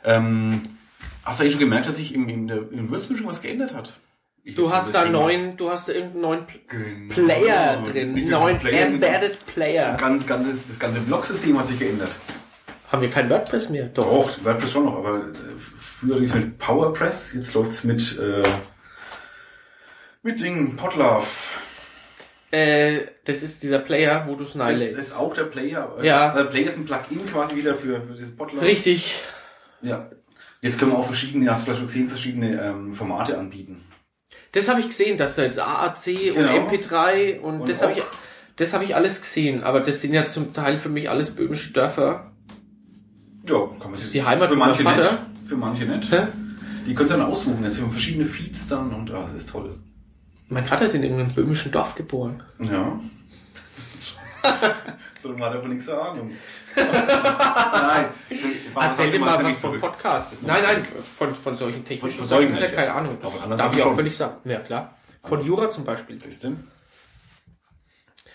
Ähm, hast du eigentlich schon gemerkt, dass sich im, in der, in Würzburg schon was geändert hat? Ich
Du
hab
hast
das
da
Thema-
neuen, du hast da irgendeinen neuen Pl-
Genau.
Player drin.
Nicht
Einen
nur
neuen
Player,
Embedded Player.
Ganz, ganzes, das ganze Blog-System hat sich geändert.
Haben wir kein WordPress mehr? Doch.
Doch, WordPress schon noch, aber äh, früher lief es mit PowerPress, jetzt läuft es mit, äh, mit Ding, Podlove.
Äh, das ist dieser Player, wo du es
Das das
neilädst.
ist auch der Player. aber-
Ja.
Also Player ist ein Plugin quasi wieder für, für dieses Podlove.
Richtig.
Ja. Jetzt können wir auch verschiedene, hast du vielleicht schon gesehen, verschiedene ähm, Formate anbieten.
Das habe ich gesehen, dass da jetzt AAC
Genau.
und MP3 und,
Und
das habe ich,
auch-
das habe ich alles gesehen. Aber das sind ja zum Teil für mich alles böhmische Dörfer.
Ja, kann man sich
die Heimat
für
von meinem
manche
Vater.
Nicht, für manche nicht.
Hä?
Die können dann aussuchen. Jetzt sind verschiedene Feeds dann und ah, das ist toll.
Mein Vater ist in irgendeinem böhmischen Dorf geboren.
Ja. Darum hat er von nichts Ahnung. Nein.
Erzähl dir mal was vom Podcast. Nein, nein, von, von solchen technischen
Von- von
Sachen
solchen
hat er
nicht,
keine
ja.
Ahnung.
Aber anderen
darf
Sachen
ich auch
schon.
völlig sagen. Ja, klar. Von Jura zum Beispiel.
Ist denn?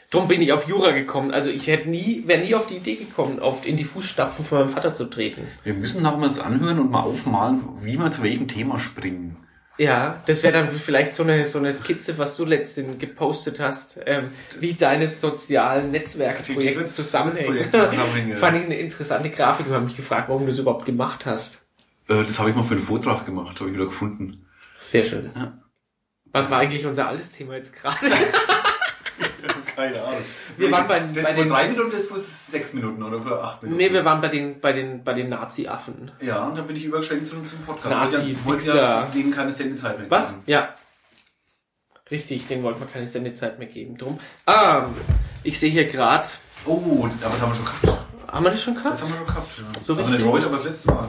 Drum bin ich auf Jura gekommen. Also ich hätte nie, wäre nie auf die Idee gekommen, oft in die Fußstapfen von meinem Vater zu treten.
Wir müssen noch mal das anhören und mal aufmalen, wie wir zu welchem Thema springen.
Ja, das wäre dann vielleicht so eine, so eine Skizze, was du letztens gepostet hast, ähm, wie deine sozialen Netzwerkprojekte zusammenhängen. Fand ich eine interessante Grafik und habe mich gefragt, warum du das überhaupt gemacht hast.
Äh, das habe ich mal für einen Vortrag gemacht, habe ich wieder gefunden.
Sehr schön.
Ja.
Was war eigentlich unser alles Thema jetzt gerade?
Keine Ahnung.
Wir waren bei-
das
bei
vor
den-
drei Minuten, das vor sechs Minuten oder vor acht Minuten.
nee, wir waren bei den, bei den, bei den Nazi-Affen.
ja, und dann bin ich übergeschwenkt zum, zum Podcast.
Nazi,
Ich wollte ja
Wichser.
denen keine Sendezeit mehr
Was?
geben.
Ja. Richtig, den wollten wir keine Sendezeit mehr geben. Drum. Ah, ich sehe hier gerade.
Oh, aber das haben wir schon gehabt.
Haben wir das schon gehabt?
Das haben wir schon gehabt. Ja.
So
also nicht
richtig?
heute, aber das letzte Mal.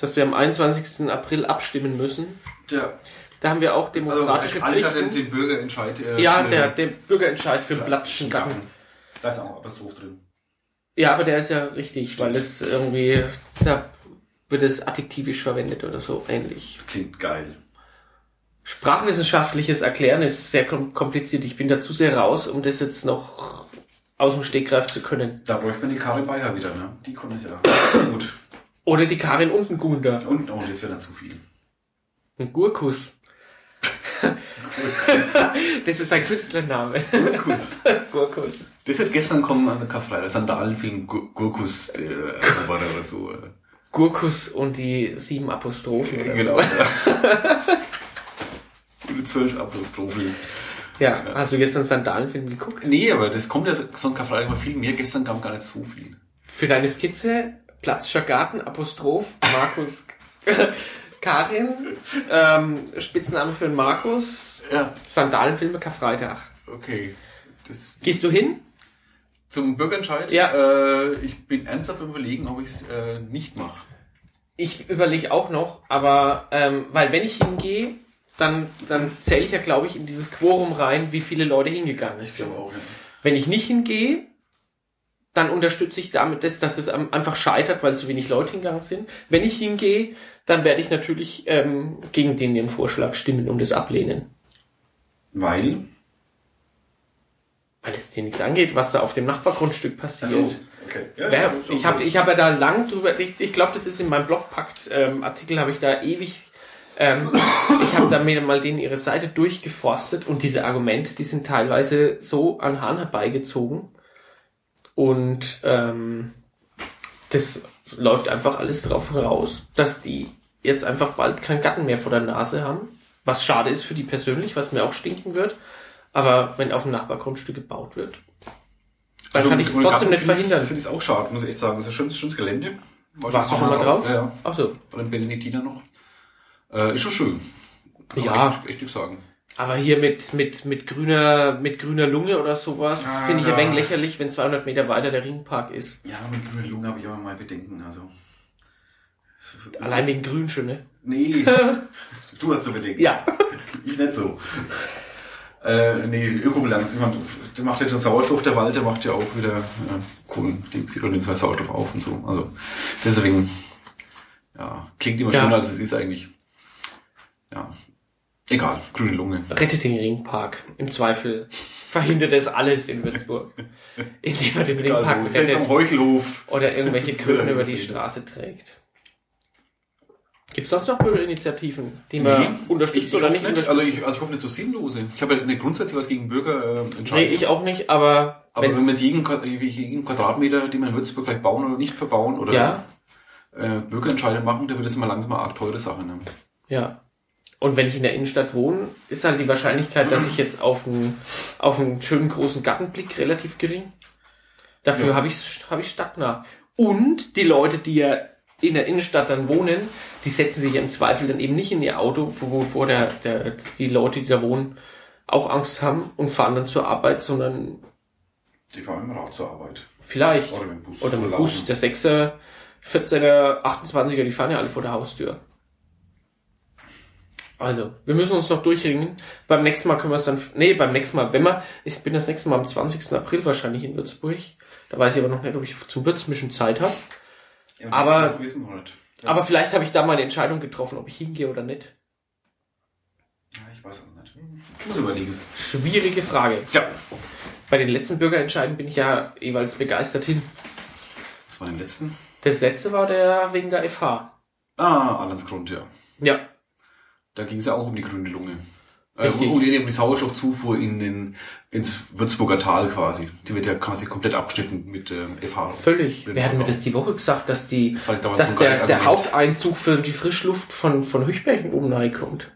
Dass wir am 21. April abstimmen müssen.
Der,
Da haben wir auch
also
demokratische
alles hat den,
Pflichten.
den Bürgerentscheid. Äh,
Ja,
für-
der, der Bürgerentscheid für den Platzschen Gatten.
Da ist auch ein Apostroph drin.
Ja, aber der ist ja richtig, weil es irgendwie, da wird es adjektivisch verwendet oder so ähnlich.
Klingt geil.
Sprachwissenschaftliches Erklären ist sehr kom- kompliziert. Ich bin da zu sehr raus, um das jetzt noch aus dem Stegreif zu können.
Da bräuchte man die Karin Bayer wieder, ne? Die konnte es ja. Sehr gut.
Oder die Karin Untengunder.
Und, oh, das wäre dann zu viel.
Ein Gurkus. das ist ein Künstlername.
Kuss.
Gurkus.
Das hat gestern kommen, also Karfreitag, Sandalenfilm Gur- Gurkus äh, oder so. äh.
Gurkus und die sieben Apostrophen oder
Genau.
so.
Mit zwölf Apostrophen.
Ja, hast du gestern Sandalenfilm geguckt?
Nee, aber das kommt ja sonst Karfreitag mal viel mehr. Gestern kam gar nicht so viel.
Für deine Skizze, Platzscher Garten, Apostroph, Markus, Karin, ähm, Spitzname für den Markus,
Ja,
Sandalenfilme Karfreitag.
okay. Das
Gehst du hin?
zum Bürgerentscheid.
Ja.
Äh, ich bin ernsthaft am überlegen, ob ich es äh, nicht mache.
Ich überlege auch noch, aber ähm, weil wenn ich hingehe, dann, dann zähle ich ja, glaube ich, in dieses Quorum rein, wie viele Leute hingegangen sind.
auch nicht.
Wenn ich nicht hingehe, dann unterstütze ich damit das, dass es am- einfach scheitert, weil zu wenig Leute hingegangen sind. Wenn ich hingehe, dann werde ich natürlich ähm, gegen den, den Vorschlag stimmen und das ablehnen.
Weil?
Weil es dir nichts angeht, was da auf dem Nachbargrundstück passiert.
Also, Okay. Ja,
Ja,
das ist schon
ich habe ich hab ja da lang drüber, ich, ich glaube, das ist in meinem Blogpakt-Artikel, habe ich da ewig, ähm, ich habe da mir mal denen ihre Seite durchgeforstet und diese Argumente, die sind teilweise so an Hahn herbeigezogen und ähm, das läuft einfach alles drauf heraus, dass die jetzt einfach bald keinen Gatten mehr vor der Nase haben, was schade ist für die persönlich, was mir auch stinken wird, aber wenn auf dem Nachbargrundstück gebaut wird, dann kann ich es
und
trotzdem
Also, Garten
nicht
find's-
verhindern.
find's auch schade, muss ich echt sagen. Das ist ein schönes, schönes Gelände. War
Warst du schon mal drauf?
Ja, ja.
Ach so.
Von den Benediktiner noch. Äh, ist schon schön. Kann
Ja.
man Echt, echt nix sagen.
Aber hier mit, mit, mit grüner, mit grüner Lunge oder sowas,
Ah,
finde ich
ja.
ein wenig lächerlich, wenn 200 Meter weiter der Ringpark ist.
Ja, mit grüner Lunge habe ich aber mal Bedenken. Also.
Allein wegen Grünschöne.
Nee. du hast so Bedenken.
Ja.
Ich nicht so. Äh, nee, die Ökobilanz, ich meine, der macht ja den Sauerstoff, der Wald, der macht ja auch wieder äh, Kohlendioxid oder den Sauerstoff auf und so. Also deswegen, ja, klingt immer
Ja.
schöner, als es ist eigentlich. Ja, egal, grüne Lunge.
Rettet den Ringpark. Im Zweifel verhindert es alles in Würzburg. Indem man den Ringpark
ist am
rettet
Also, Heuchelhof.
oder irgendwelche Kröten
Ja,
über
das
die
ist-
Straße trägt. Gibt es sonst noch Bürgerinitiativen, die man unterstützt
ich,
oder nicht
hoffe
unterstützt?
Also ich, also ich hoffe nicht so sinnlose. Ich habe ja nicht grundsätzlich was gegen Bürger äh,
nee,
entscheiden.
ich auch nicht, aber,
aber
wenn's-
wenn wir es jeden, Qua- jeden Quadratmeter, den wir in Würzburg vielleicht bauen oder nicht verbauen oder
ja,
äh, Bürgerentscheide machen, dann wird es mal langsam eine arg teure Sache. Ne?
Ja. Und wenn ich in der Innenstadt wohne, ist halt die Wahrscheinlichkeit, dass ich jetzt auf einen, auf einen schönen großen Garten blicke, relativ gering. Dafür
Ja.
habe ich habe ich stadtnah. Und die Leute, die ja in der Innenstadt dann wohnen, die setzen sich ja im Zweifel dann eben nicht in ihr Auto, wo- wovor der, der, die Leute, die da wohnen, auch Angst haben und fahren dann zur Arbeit, sondern
Die fahren immer noch zur Arbeit.
vielleicht
Oder mit dem Bus.
oder mit dem
Laufen.
Bus, der 6er, 14er, 28er, die fahren ja alle vor der Haustür. Also, wir müssen uns noch durchringen. Beim nächsten Mal können wir es dann, nee, beim nächsten Mal, wenn wir, ich bin das nächste Mal am 20. April wahrscheinlich in Würzburg. Da weiß ich aber noch nicht, ob ich zum Würzmischen Zeit habe.
Ja,
Aber-
das wissen wir nicht. Ja.
Aber vielleicht habe ich da mal eine Entscheidung getroffen, ob ich hingehe oder nicht.
Ja, ich weiß auch nicht. Ich muss überlegen.
Schwierige Frage.
Ja.
Bei den letzten Bürgerentscheiden bin ich ja jeweils begeistert hin.
Was war denn im letzten?
Das letzte war der wegen der FH.
Ah, Allansgrund, ja.
Ja,
Da ging es ja auch um die grüne Lunge. Äh,
Richtig.
und eben die Sauerstoffzufuhr in den, ins Würzburger Tal quasi. Die wird ja quasi komplett abgeschnitten mit ähm, FH.
völlig.
Mit
Wer hat mir
Auto.
das die Woche gesagt, dass die,
Das war damals so
dass
ein geiles
der, der
Argument.
Haupteinzug für die Frischluft von, von Höchbergen oben reinkommt.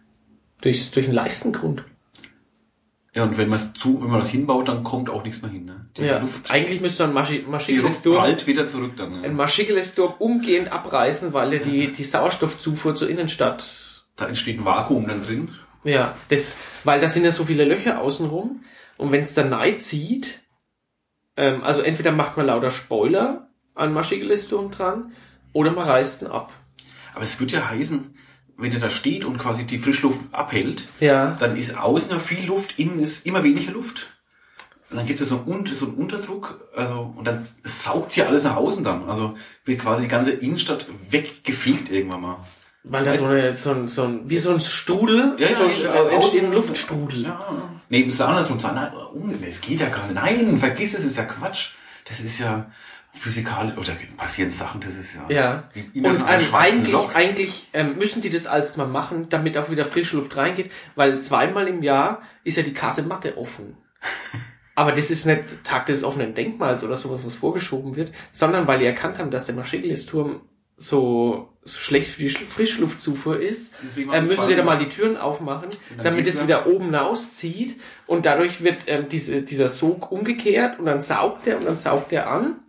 Durch, durch einen Leistengrund.
Ja, und wenn man es zu, wenn man das hinbaut, dann kommt auch nichts mehr hin. Ne? Die
ja,
Luft,
eigentlich müsste man Maschi-
die Luft
Maschigeles Durm,
prallt wieder zurück dann.
ein
Ne?
Maschigeles Durm umgehend abreißen, weil er die, die Sauerstoffzufuhr zur Innenstadt,
Da entsteht ein Vakuum dann drin.
ja, das, weil da sind ja so viele Löcher außenrum. Und wenn es dann neid zieht, ähm, also entweder macht man lauter Spoiler an Maschigeles Durm dran, oder man reißt ihn ab.
Aber es wird ja heißen, wenn der da steht und quasi die Frischluft abhält,
Ja.
dann ist außen noch viel Luft, innen ist immer weniger Luft. Und dann gibt es so einen, Un- so einen Unterdruck, also, und dann saugt sie alles nach außen dann. Also wird quasi die ganze Innenstadt weggefegt irgendwann mal.
Weil da so, eine, so, ein, so ein, wie so ein Strudel,
Ja, ja,
so ein,
ja,
äh, entsteht ein
außen-
Luftstrudel.
Ja. Nee, muss andersrum sagen, nein, oh, es geht ja gar nicht. Nein, vergiss es, ist ja Quatsch. Das ist ja physikalisch, oder passieren Sachen, das ist ja.
Ja.
wie
Und
innerhalb eines
ähm,
schwarzen
eigentlich,
Lochs.
eigentlich ähm, müssen die das als mal machen, damit auch wieder Frischluft reingeht, weil zweimal im Jahr ist ja die Kasse Matte offen. Aber das ist nicht Tag des offenen Denkmals oder sowas, was vorgeschoben wird, sondern weil die erkannt haben, dass der Maschinenturm so schlecht für die Schlu- Frischluftzufuhr ist,
Deswegen
äh,
machen sie
müssen sie da
zweimal.
mal die Türen aufmachen,
dann
damit
geht's
es wieder oben hinauszieht und dadurch wird ähm, diese, dieser Sog umgekehrt und dann saugt er und dann saugt er an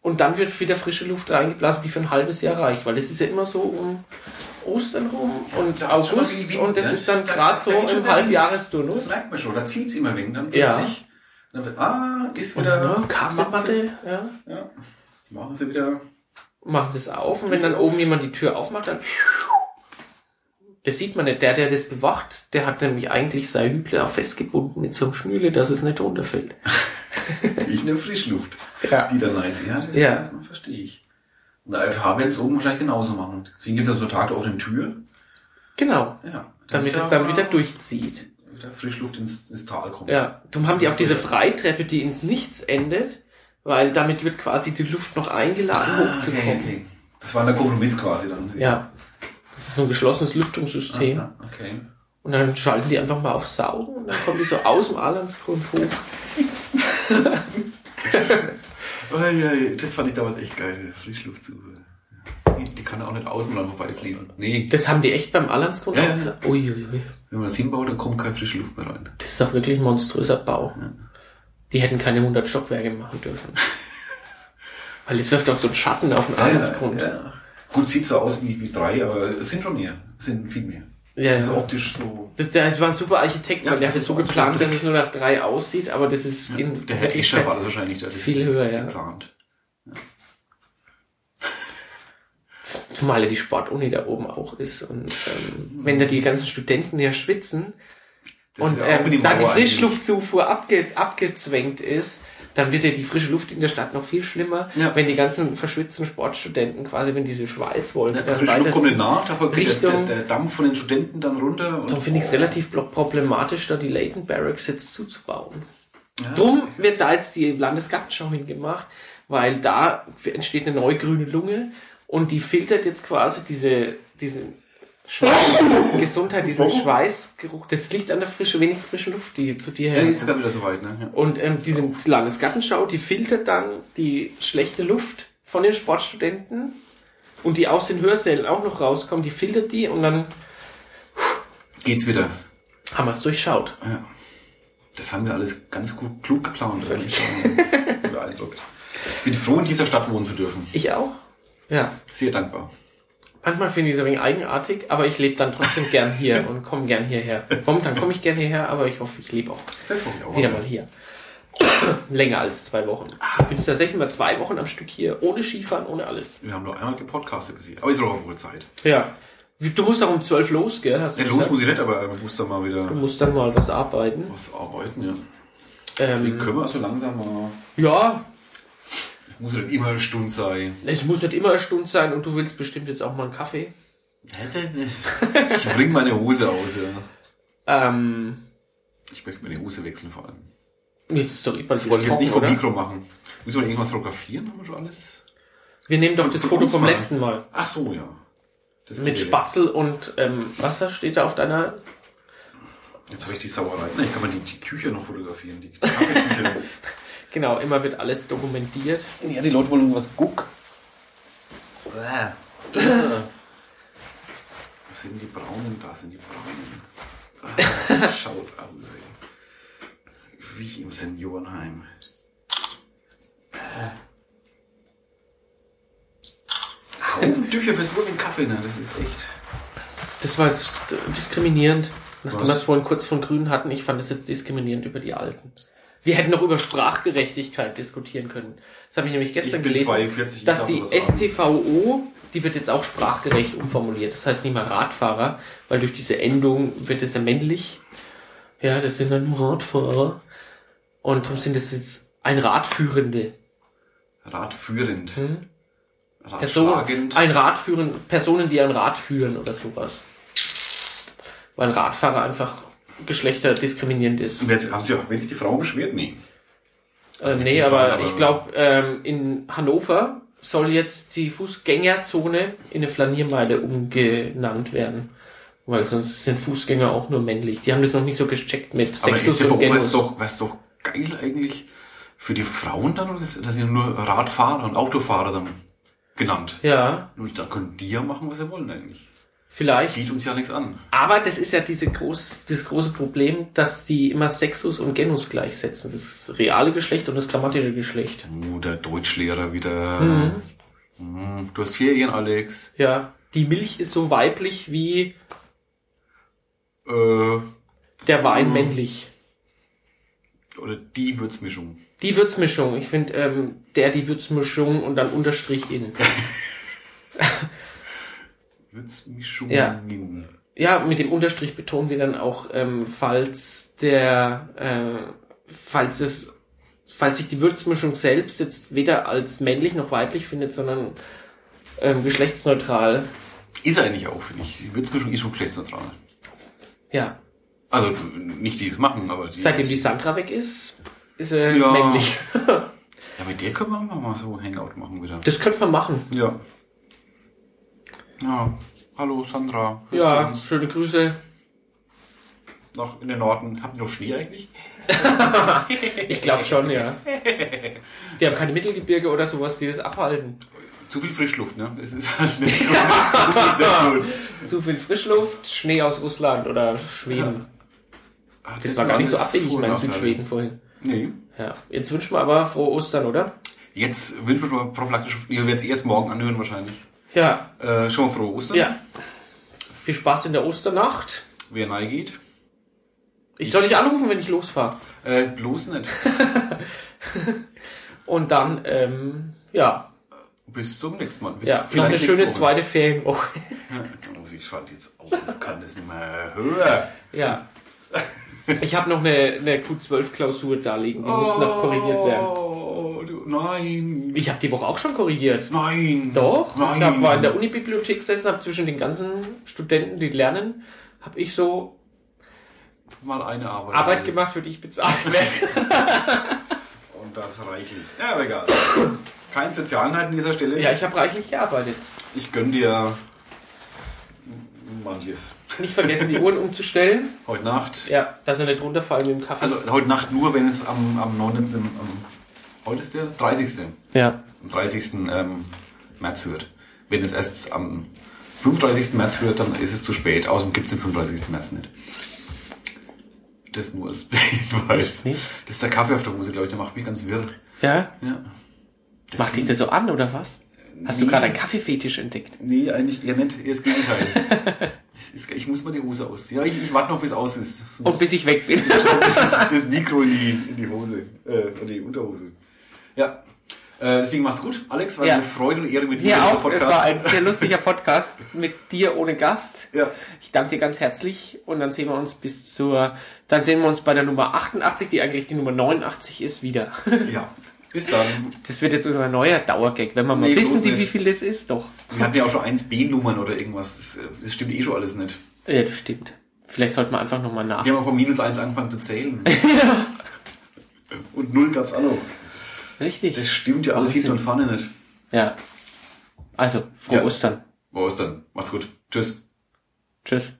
und dann wird wieder frische Luft reingeblasen, die für ein halbes Jahr reicht, weil das ist ja immer so um Ostern rum und
Da ist schon mal
August
viel Wind,
und das
ne?
ist dann
Da-
gerade
da
so
ist schon
im
wieder Wind. Das
Halbjahresturnus.
merkt man schon, da zieht's immer wegen, dann
Ja.
plötzlich. Dann wird, ah, ist
Und
wieder.
ne,
machen sie-
Kasematte, ja,
Ja. Machen sie wieder.
machen sie es auf und wenn dann oben jemand die Tür aufmacht, dann das sieht man nicht. Der, der das bewacht, der hat nämlich eigentlich sein Hüble auch festgebunden mit so einem Schnüle, dass es nicht runterfällt.
Ich nehme Frischluft.
Ja.
Die dann einziehen. Ja, das,
Ja.
das verstehe ich. Und der FH wird es oben wahrscheinlich genauso machen. Deswegen gibt es ja so Tage auf den Türen.
Genau.
Ja.
Damit es dann wieder durchzieht.
wieder Frischluft ins, ins Tal kommt.
Ja. Darum haben die auch diese Freitreppe, die ins Nichts endet, weil damit wird quasi die Luft noch eingeladen
Ah,
hochzukommen.
Das war der Kompromiss quasi dann.
Ja. Das ist so ein geschlossenes Lüftungssystem.
Ah, Okay.
Und dann schalten die einfach mal auf Saugen und dann kommen die so aus dem Alansgrund hoch.
Uiuiui, das fand ich damals echt geil. Frischluft zu. äh, Die- Die kann auch nicht außen dran vorbeifließen. Nee,
Das haben die echt beim Alansgrund
Ja, ja.
auch gesagt. Uiuiui.
wenn man das hinbaut, dann kommt keine frische Luft mehr rein.
Das ist doch wirklich ein monströser Bau. Die hätten keine 100 Stockwerke machen dürfen. Weil das wirft auch so einen Schatten auf den Alansgrund. Ja,
ja. Gut, sieht so aus wie, wie drei, aber es sind schon mehr. Es sind viel mehr.
ja.
Das ist optisch so.
Das, das war ein super Architekt,
Ja,
weil der
das
hat es
ist
so
ein
geplant,
Architekt.
dass es nur nach drei aussieht, aber das ist in
Der Herr Escher war das wahrscheinlich der hat das
viel höher, ja.
geplant.
Zumal ja die Sportuni da oben auch ist. Und ähm, wenn da die ganzen Studenten ja schwitzen
Das
und
ist ja auch wie
ähm, da die
Mauer eigentlich.
Frischluftzufuhr abge abgezwängt ist, dann wird ja die frische Luft in der Stadt noch viel schlimmer,
Ja.
wenn die ganzen verschwitzten Sportstudenten quasi, wenn diese Schweißwolken
Ja,
dann
frische Luft
weiter-
kommt nicht nach, dafür geht der,
also Richtung-
der, der Dampf von den Studenten dann runter. Und
Darum finde ich es relativ blo- problematisch, da die Leighton Barracks jetzt zuzubauen. Drum wird da jetzt die Landesgartenschau hingemacht, weil da entsteht eine neue grüne Lunge und die filtert jetzt quasi diese, diesen Schweiß, Gesundheit, diesen Schweißgeruch, das liegt an der frischen, wenig frischen Luft, die zu dir
ja,
her.
ist sogar wieder soweit, ne? Ja.
Und ähm, diese Landesgartenschau, die filtert dann die schlechte Luft von den Sportstudenten und die aus den Hörsälen auch noch rauskommen, die filtert die und dann
Geht's wieder. Ah,
haben wir es durchschaut.
Ja. Das haben wir alles ganz gut klug geplant. würde ich sagen. Das ist beeindruckt. Ich bin froh, in dieser Stadt wohnen zu dürfen.
Ich auch. Ja.
Sehr dankbar.
Manchmal finde ich es ein wenig eigenartig, aber ich lebe dann trotzdem gern hier und komme gern hierher. Momentan komme ich gern hierher, aber ich hoffe, ich lebe auch
Das hoffe ich auch.
wieder mal hier. Länger als zwei Wochen. Ich bin jetzt tatsächlich mal zwei Wochen am Stück hier, ohne Skifahren, ohne alles.
Wir haben nur einmal gepodcastet bis hier. Aber ist doch auch wohl Zeit.
Ja. Wie- Du musst auch um zwölf los, gell? Hast du
Ja, los
gesagt?
muss ich nicht, aber man muss da mal wieder
Du musst dann mal Mhm. was arbeiten.
was arbeiten, ja. Deswegen
Ähm,
können wir so langsam mal.
ja,
Muss ja nicht immer eine Stunde sein.
es muss nicht immer eine Stunde sein und du willst bestimmt jetzt auch mal einen Kaffee.
Ich bring meine Hose aus, ja.
Ähm,
Ich möchte meine Hose wechseln vor allem.
jetzt ist doch immer
Das wollte ich jetzt nicht vom
oder?
Mikro machen. Müssen wir irgendwas fotografieren? Haben wir schon alles?
Wir nehmen doch
Von-
das
von
Foto
uns
vom
mal.
letzten Mal.
Ach so, ja. Das
Mit
geht jetzt.
Spatzel und ähm, Wasser steht da auf deiner.
Jetzt habe ich die Sauerei. Nein, ich kann mal die, die Tücher noch fotografieren. Die Kaffeetücher.
Genau, immer wird alles dokumentiert.
ja, die Leute wollen irgendwas guck. Was sind die braunen? Da sind die braunen. Ah, das schaut aus. Ey. Wie im Seniorenheim. Haufen Tücher fürs wohl den Kaffee, ne? Das ist echt.
Das war jetzt äh, diskriminierend. Nachdem
Was?
wir es vorhin kurz von Grün hatten, ich fand es jetzt diskriminierend über die Alten. Wir hätten noch über Sprachgerechtigkeit diskutieren können. Das habe ich nämlich gestern
Ich bin
gelesen,
42, ich
dass
darf
die
sowas sagen.
STVO, die wird jetzt auch sprachgerecht umformuliert. Das heißt nicht mal Radfahrer, weil durch diese Endung wird es ja männlich. Ja, das sind dann Radfahrer. Und darum sind es jetzt ein Radführende.
Radführend.
Hm? Ah, Personen,
Ratschlagend.
ein Rad führen, Personen, die ein Rad führen oder sowas. Weil ein Radfahrer einfach geschlechterdiskriminierend ist.
Und jetzt haben sie auch wirklich die Frauen beschwert? Nee.
Äh, nee,
Radfahren,
aber
aber-
ich glaube, ähm, in Hannover soll jetzt die Fußgängerzone in eine Flaniermeile umgenannt werden. Weil sonst sind Fußgänger auch nur männlich. Die haben das noch nicht so gecheckt mit
Aber ist
Sexus
der
und
Beruf
Genus.
ist doch, wär's doch geil eigentlich für die Frauen dann, oder ist- das sind nur Radfahrer und Autofahrer dann genannt.
Ja,
Nur da können die ja machen, was sie wollen eigentlich.
vielleicht.
Geht uns ja nichts an.
Aber das ist ja diese groß, das große Problem, dass die immer Sexus und Genus gleichsetzen. Das reale Geschlecht und das grammatische Geschlecht.
Oh, der Deutschlehrer wieder.
Mhm.
Hm, Du hast Ferien, Alex.
Ja, die Milch ist so weiblich wie
Äh, oder
der Wein männlich.
die Würzmischung.
Die Würzmischung, ich finde, ähm, der die Würzmischung und dann Unterstrich in.
Würzmischung.
Ja. Ja, mit dem Unterstrich betonen wir dann auch, ähm, falls der, äh, falls es, falls sich die Würzmischung selbst jetzt weder als männlich noch weiblich findet, sondern ähm, geschlechtsneutral.
Ist eigentlich auch, finde ich. Die Würzmischung ist schon geschlechtsneutral.
Ja,
Also nicht die es machen, aber die.
Seitdem die Sandra weg ist, ist er
Ja.
männlich.
Ja, mit der können wir auch mal so Hangout machen wieder.
Das könnte man machen.
Ja. Ja. Hallo Sandra. Grüß
Ja,
uns.
schöne Grüße.
Noch in den Norden. Habt ihr noch Schnee eigentlich?
Ich glaube schon, ja. Die haben keine Mittelgebirge oder sowas, die das abhalten.
Zu viel Frischluft, ne? Es ist halt nicht gut. Es ist nicht gut.
Zu viel Frischluft, Schnee aus Russland oder Schweden.
Ach,
Das war gar nicht so
ist
abwegig, ich meine, mit
Nachteil.
Schweden vorhin.
Nee.
Ja. Jetzt wünschen wir aber frohe Ostern, oder?
Jetzt wünschen wir prophylaktisch, ihr werdet es erst morgen anhören wahrscheinlich.
Ja.
Äh, schon mal frohe Ostern.
Ja. Viel Spaß in der Osternacht.
Wer nahe geht.
Ich soll dich anrufen, wenn ich losfahre.
Äh, bloß nicht.
Und dann, ähm, ja,
Bis zum nächsten Mal. Bis
ja, noch eine
nächste
schöne
Woche.
zweite Oh. Ferienwoche.
Ja, muss ich schalte jetzt aus. Ich kann das nicht mehr hören.
Ja. Ich habe noch eine, eine Q12-Klausur da liegen, die muss noch korrigiert werden.
Oh, du, nein.
Ich habe die Woche auch schon korrigiert.
Nein.
Doch,
Nein.
ich hab, war in der Unibibliothek gesessen, habe zwischen den ganzen Studenten, die lernen, habe ich so
Mal eine Arbeit.
Arbeit gemacht, für die ich bezahlt werde.
Und das reichlich. Ja, aber egal. Kein Sozialenheit an dieser Stelle.
Ja, ich habe reichlich gearbeitet.
Ich gönn dir manches.
Nicht vergessen, die Uhren umzustellen.
Heute Nacht.
Ja, dass sie nicht runterfallen mit dem Kaffee.
Also heute Nacht nur, wenn es am, am 9. Am, heute ist der 30.
ja.
Am 30. Ähm, März hört. Wenn es erst am 35. März hört, dann ist es zu spät. Außerdem gibt es den 35. März nicht. Das nur als Hinweis.
Nicht?
Das ist der Kaffee auf der Hose, glaube ich. Der macht mich ganz wirr.
Ja?
Ja. Das
Macht diese so an, oder was? Hast du
Nee.
gerade einen Kaffeefetisch entdeckt?
Nee, eigentlich eher nicht. Eher das Gegenteil. das ist, ich muss mal die Hose ausziehen. Ja, ich, ich warte noch, bis aus ist.
Und bis ich weg bin.
das, das Mikro in die, in die Hose, äh, in die Unterhose. Ja. Äh, deswegen macht's gut, Alex, weil
Ja.
eine Freude und Ehre mit dir
Mir
dieser
auch. Es war ein sehr lustiger Podcast mit dir ohne Gast.
Ja.
Ich danke dir ganz herzlich und dann sehen wir uns bis zur, dann sehen wir uns bei der Nummer 88, die eigentlich die Nummer 89 ist, wieder.
ja. Bis dann.
Das wird jetzt unser neuer Dauergag, wenn wir mal
Nee,
wissen,
bloß
die,
nicht.
wie viel das ist, doch.
Wir hatten ja auch schon 1B-Nummern oder irgendwas. Das, äh, das stimmt eh schon alles nicht.
Ja, das stimmt. Vielleicht sollten wir einfach nochmal nach.
Wir haben auch von minus 1 angefangen zu zählen. Und 0 gab's auch noch.
Richtig.
Das stimmt ja alles
Wahnsinn.
hinten und vorne nicht.
Ja. Also, frohe
Ja.
Ostern.
Wo ist dann? Macht's gut. Tschüss.
Tschüss.